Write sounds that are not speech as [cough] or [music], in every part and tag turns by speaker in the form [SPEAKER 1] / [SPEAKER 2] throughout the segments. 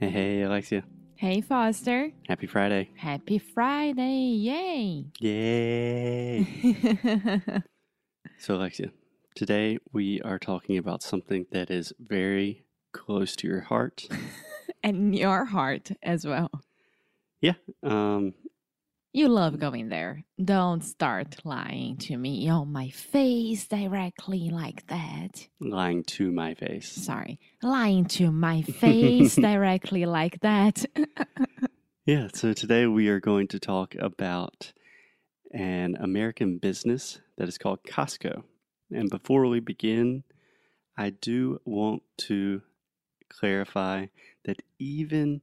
[SPEAKER 1] Hey, hey, Alexia.
[SPEAKER 2] Hey, Foster.
[SPEAKER 1] Happy Friday.
[SPEAKER 2] Happy Friday. Yay.
[SPEAKER 1] Yay. so, Alexia, today we are talking about something that is very close to your heart.
[SPEAKER 2] [laughs] and your heart as well.
[SPEAKER 1] Um,
[SPEAKER 2] You love going there. Don't start lying to me on my face directly like that.
[SPEAKER 1] lying to my face.
[SPEAKER 2] Sorry. Lying to my [laughs] face directly like that. [laughs]
[SPEAKER 1] Yeah, so today we are going to talk about an American business that is called Costco. And before we begin, I do want to clarify that even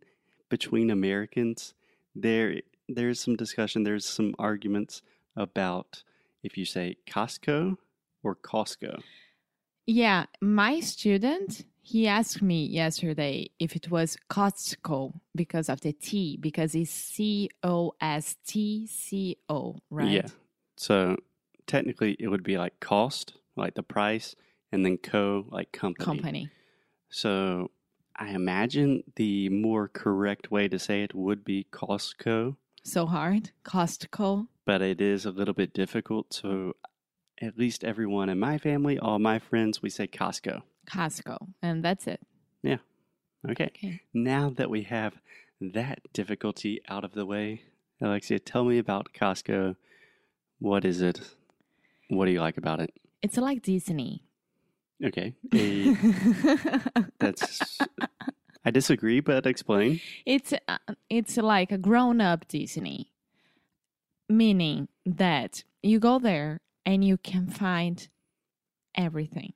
[SPEAKER 1] between Americans, there there's some discussion, there's some arguments about if you say Costco or Costco.
[SPEAKER 2] Yeah, my student, he asked me yesterday if it was Costco because of the T, because it's C O S T C O, right?
[SPEAKER 1] Yeah. So technically it would be like cost, like the price, and then co like
[SPEAKER 2] Company.
[SPEAKER 1] So I imagine the more correct way to say it would be Costco,
[SPEAKER 2] So hard. Costco.
[SPEAKER 1] but it is a little bit difficult. So at least everyone in my family, all my friends, we say Costco.
[SPEAKER 2] Costco. And that's it.
[SPEAKER 1] Okay.
[SPEAKER 2] Okay.
[SPEAKER 1] Now that we have that difficulty out of the way, Alexia, tell me about Costco. What is it? What do you like about it?
[SPEAKER 2] It's like Disney.
[SPEAKER 1] Okay.
[SPEAKER 2] [laughs]
[SPEAKER 1] Eh, that's. I disagree, but explain.
[SPEAKER 2] it's uh, it's like a grown up Disney, meaning that you go there and you can find everything,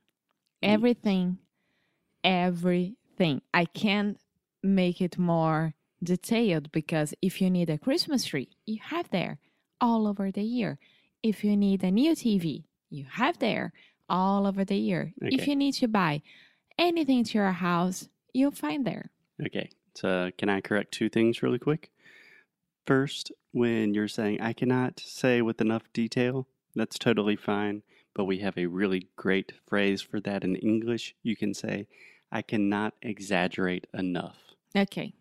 [SPEAKER 1] Mm.
[SPEAKER 2] everything, everything. I can't make it more detailed because if you need a Christmas tree, you have there all over the year. If you need a new TV, you have there all over the year. If
[SPEAKER 1] Okay.
[SPEAKER 2] you need to buy anything to your house, you'll find there.
[SPEAKER 1] Okay. So, can I correct two things really quick? First, when you're saying I cannot say with enough detail, that's totally fine, but we have a really great phrase for that in English. You can say I cannot exaggerate enough.
[SPEAKER 2] Okay.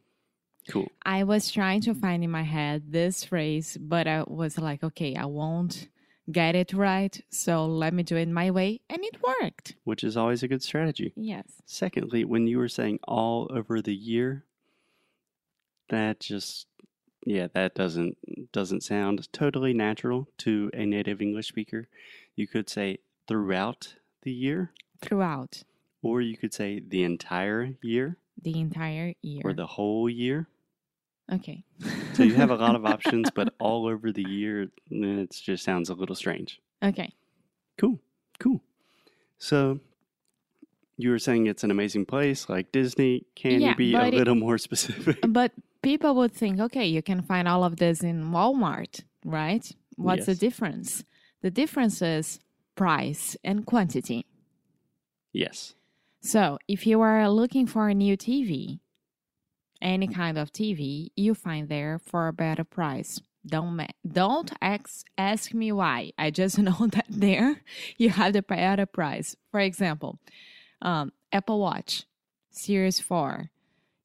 [SPEAKER 1] Cool.
[SPEAKER 2] I was trying to find in my head this phrase, but I was like, okay, I won't get it right. So let me do it my way. And it worked.
[SPEAKER 1] Which is always a good strategy.
[SPEAKER 2] Yes.
[SPEAKER 1] Secondly, when you were saying all over the year, that just yeah, that doesn't doesn't sound totally natural to a native English speaker. You could say throughout the year,
[SPEAKER 2] Throughout
[SPEAKER 1] or you could say the entire year
[SPEAKER 2] the entire year.
[SPEAKER 1] or the whole
[SPEAKER 2] [laughs]
[SPEAKER 1] year.
[SPEAKER 2] okay.
[SPEAKER 1] [laughs] So you have a lot of options, but all over the year, it just sounds a little strange.
[SPEAKER 2] [laughs] okay.
[SPEAKER 1] Cool, cool. So you were saying it's an amazing place like Disney. Can
[SPEAKER 2] Yeah,
[SPEAKER 1] you be a
[SPEAKER 2] but it- Um,
[SPEAKER 1] little more [laughs] specific?
[SPEAKER 2] But people would think, okay, you can find all of this in Walmart, right? What's the
[SPEAKER 1] Yes.
[SPEAKER 2] difference? The difference is price and quantity.
[SPEAKER 1] Yes.
[SPEAKER 2] So, if you are looking for a new TV, any kind of TV, you find there for a better price. Don't ma- don't ask ask me why. I just [laughs] know that there you have the better price. For example, um, Apple Watch Series Four.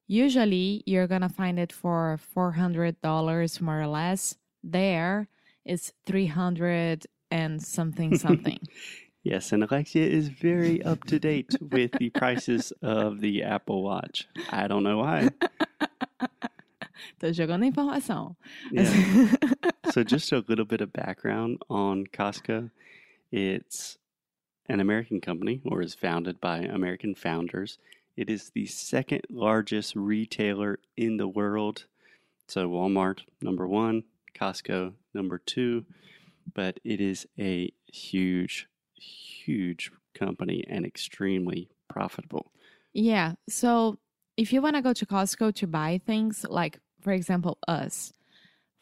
[SPEAKER 2] Usually, you're gonna find it for four hundred dollars more or less. There, it's three hundred and something something.
[SPEAKER 1] Yes, and Alexia is very up to date with the prices of the Apple Watch. I don't know why.
[SPEAKER 2] Tô jogando informação.
[SPEAKER 1] Yeah.
[SPEAKER 2] [laughs]
[SPEAKER 1] so, just a little bit of background on Costco. It's an American company or is founded by American founders. It is the second largest retailer in the world. So, Walmart, number one, Costco, number two. But it is a huge, huge company and extremely profitable.
[SPEAKER 2] Yeah. So if you want to go to Costco to buy things, like for example, us,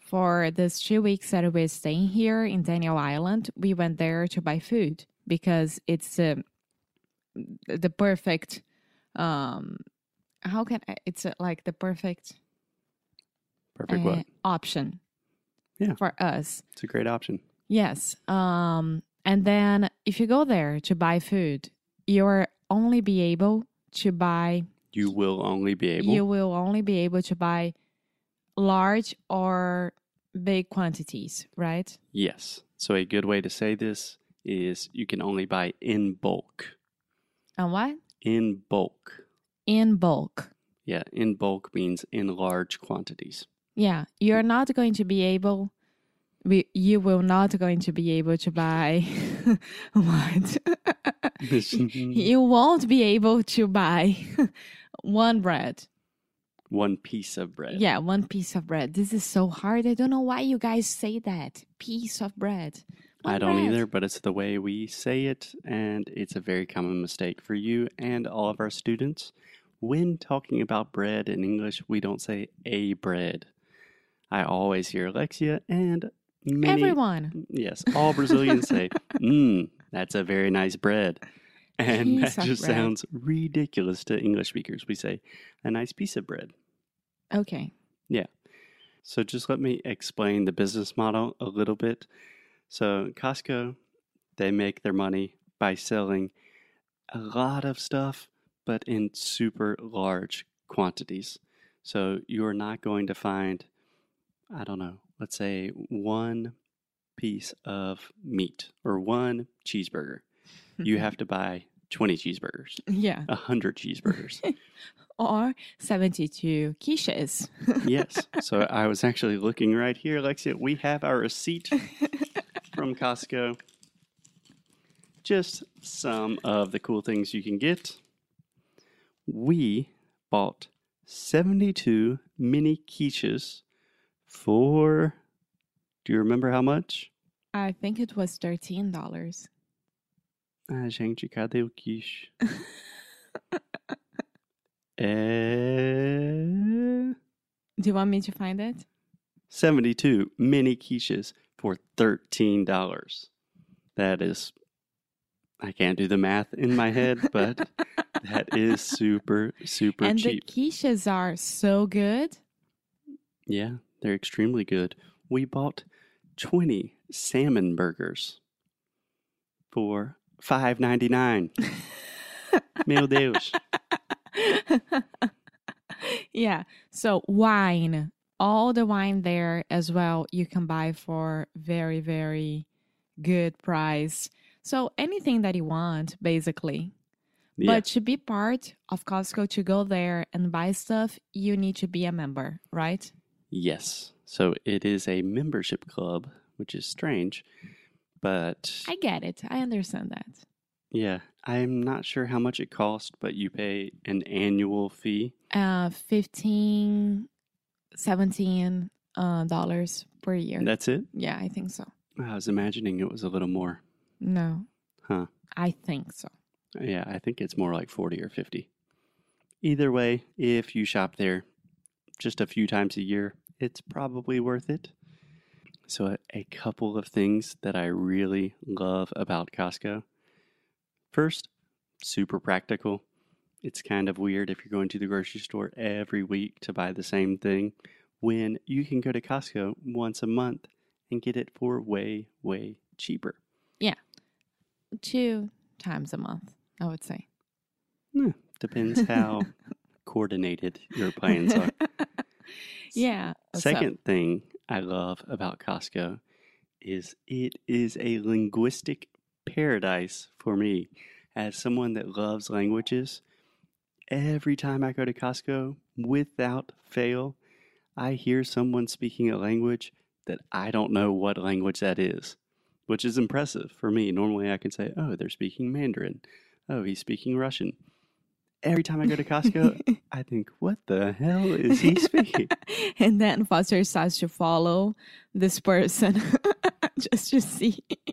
[SPEAKER 2] for this two weeks that we're staying here in Daniel Island, we went there to buy food because it's um, the perfect. Um, how can I, it's uh, like the perfect
[SPEAKER 1] Perfect.
[SPEAKER 2] uh,
[SPEAKER 1] what?
[SPEAKER 2] option
[SPEAKER 1] Yeah.
[SPEAKER 2] for us
[SPEAKER 1] It's a great option.
[SPEAKER 2] Yes. Um, and then if you go there to buy food, you'll only be able to buy
[SPEAKER 1] You will only be able.
[SPEAKER 2] you will only be able to buy large or big quantities, right?
[SPEAKER 1] yes. So a good way to say this is you can only buy in bulk.
[SPEAKER 2] And what?
[SPEAKER 1] In bulk.
[SPEAKER 2] In bulk.
[SPEAKER 1] Yeah, in bulk means in large
[SPEAKER 2] [laughs]
[SPEAKER 1] quantities.
[SPEAKER 2] Yeah, you're not going to be able. We, you will not going to be able to buy [laughs] what [laughs] you won't be able to buy [laughs] one bread.
[SPEAKER 1] One piece of bread.
[SPEAKER 2] Yeah, one piece of bread. This is so hard. I don't know why you guys say that piece of bread.
[SPEAKER 1] I
[SPEAKER 2] One
[SPEAKER 1] don't
[SPEAKER 2] bread.
[SPEAKER 1] either, but it's the way we say it, and it's a very common mistake for you and all of our students. When talking about bread in English, we don't say a bread. I always hear Alexia and many,
[SPEAKER 2] Everyone.
[SPEAKER 1] Mm, yes, all Brazilians say, "Mmm, that's a very nice bread," and
[SPEAKER 2] Piece
[SPEAKER 1] that
[SPEAKER 2] of
[SPEAKER 1] just
[SPEAKER 2] bread.
[SPEAKER 1] sounds ridiculous to English speakers. We say, "A nice piece of bread."
[SPEAKER 2] Okay. [laughs]
[SPEAKER 1] So just let me explain the business model a little bit. So Costco, they make their money by selling a lot of stuff, but in super large quantities. So you are not going to find, I don't know, let's say one piece of meat or one cheeseburger. You have to buy 20 cheeseburgers,
[SPEAKER 2] yeah.
[SPEAKER 1] 100 cheeseburgers.
[SPEAKER 2] Or 72 quiches.
[SPEAKER 1] yes. So I was actually looking right here, Alexia. We have our receipt from Costco. Just some of the cool things you can get. We bought 72 mini quiches for, do you remember how much?
[SPEAKER 2] I think it was $13.
[SPEAKER 1] Ah, gente, cadê o quiche? É...
[SPEAKER 2] Do you want me to find it?
[SPEAKER 1] 72 mini quiches for $13. That is, I can't do the math in my head,
[SPEAKER 2] [laughs]
[SPEAKER 1] but that is super, super
[SPEAKER 2] and
[SPEAKER 1] cheap.
[SPEAKER 2] the quiches are so good. [laughs]
[SPEAKER 1] yeah, they're extremely good. We bought 20 salmon burgers for $5.99.
[SPEAKER 2] [laughs]
[SPEAKER 1] Meu Deus.
[SPEAKER 2] yeah. So wine, all the wine there as well, you can buy for very very good price. So anything that you want, basically.
[SPEAKER 1] Yeah,
[SPEAKER 2] But to be part of Costco, to go there and buy stuff, you need to be a member, right?
[SPEAKER 1] Yes. So it is a membership club, which is strange, but.
[SPEAKER 2] I get it. I understand that.
[SPEAKER 1] Yeah, I'm not sure how much it costs, but you pay an annual fee.
[SPEAKER 2] Uh, fifteen, seventeen uh, dollars per year.
[SPEAKER 1] And that's it.
[SPEAKER 2] yeah, I think so.
[SPEAKER 1] I was imagining it was a little more.
[SPEAKER 2] No.
[SPEAKER 1] Huh.
[SPEAKER 2] I think so.
[SPEAKER 1] Yeah, I think it's more like 40 or 50. Either way, if you shop there just a few times a year, it's probably worth it. So, a, a couple of things that I really love about Costco. First, super practical. It's kind of weird if you're going to the grocery store every week to buy the same thing when you can go to Costco once a month and get it for way, way cheaper.
[SPEAKER 2] Two times a month, I would say.
[SPEAKER 1] Depends how coordinated your
[SPEAKER 2] [laughs]
[SPEAKER 1] plans are.
[SPEAKER 2] yeah. so-
[SPEAKER 1] Second thing I love about Costco is it is a linguistic paradise for me. As someone that loves languages, every time I go to Costco, without fail, I hear someone speaking a language that I don't know what language that is, which is impressive for me. Normally I can say, oh, they're speaking Mandarin. Oh, he's speaking Russian. Every time I go to
[SPEAKER 2] [laughs]
[SPEAKER 1] Costco, I think, what the [laughs] hell is he speaking?
[SPEAKER 2] and then Foster starts to follow this person [laughs] just to see [laughs]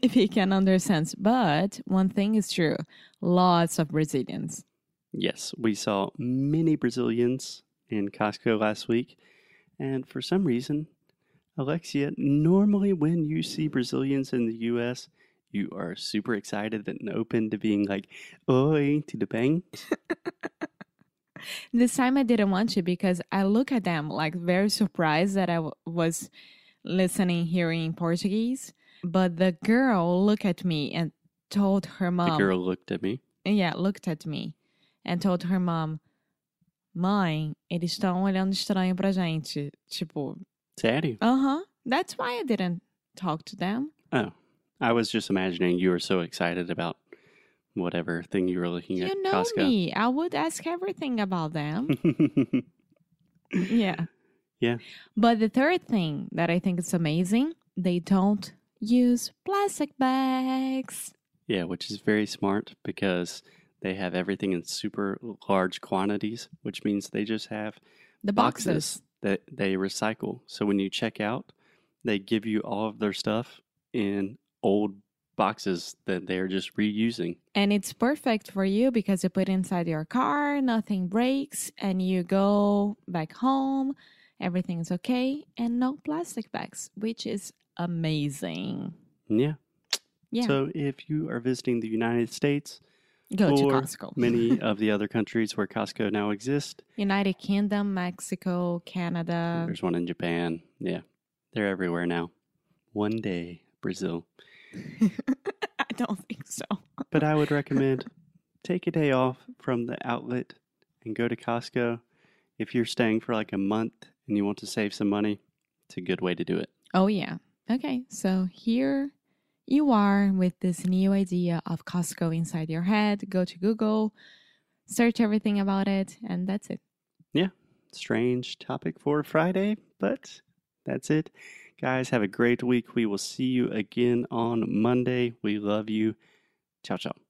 [SPEAKER 2] if he can understand. But one thing is true lots of Brazilians.
[SPEAKER 1] Yes, we saw many Brazilians in Costco last week. And for some reason, Alexia, normally when you see Brazilians in the US, you are super excited and open to being like, Oi, tudo bem?
[SPEAKER 2] This time I didn't want to because I look at them like very surprised that I w- was listening, hearing Portuguese. But the girl looked at me and told her mom.
[SPEAKER 1] the girl looked at me.
[SPEAKER 2] yeah, looked at me and told her mom, Mãe, eles estão olhando estranho pra gente. Tipo,
[SPEAKER 1] Sério?
[SPEAKER 2] uh-huh, that's why I didn't talk to them.
[SPEAKER 1] Oh, I was just imagining you were so excited about whatever thing you were looking at.
[SPEAKER 2] You know
[SPEAKER 1] Costco.
[SPEAKER 2] me. I would ask everything about them.
[SPEAKER 1] [laughs]
[SPEAKER 2] yeah.
[SPEAKER 1] Yeah.
[SPEAKER 2] But the third thing that I think is amazing, they don't use plastic bags.
[SPEAKER 1] yeah, which is very smart because they have everything in super large quantities, which means they just have
[SPEAKER 2] The
[SPEAKER 1] boxes,
[SPEAKER 2] boxes.
[SPEAKER 1] that they recycle. So when you check out, they give you all of their stuff in old boxes that they're just reusing.
[SPEAKER 2] And it's perfect for you because you put inside your car, nothing breaks, and you go back home, everything's okay, and no plastic bags, which is amazing.
[SPEAKER 1] Yeah.
[SPEAKER 2] Yeah.
[SPEAKER 1] So if you are visiting the United States,
[SPEAKER 2] go to
[SPEAKER 1] or
[SPEAKER 2] Costco.
[SPEAKER 1] many of the other countries where Costco now exists,
[SPEAKER 2] [laughs] United Kingdom, Mexico, Canada.
[SPEAKER 1] There's one in Japan. Yeah. They're everywhere now. One day, Brazil.
[SPEAKER 2] I don't think so.
[SPEAKER 1] But I would recommend take a day off from the outlet and go to Costco. If you're staying for like a month and you want to save some money, it's a good way to do it.
[SPEAKER 2] Oh, yeah. Okay. So here you are with this new idea of Costco inside your head. Go to Google, search everything about it, and that's it.
[SPEAKER 1] Strange topic for Friday, but that's it. Guys, have a great week. We will see you again on Monday. We love you. Ciao, ciao.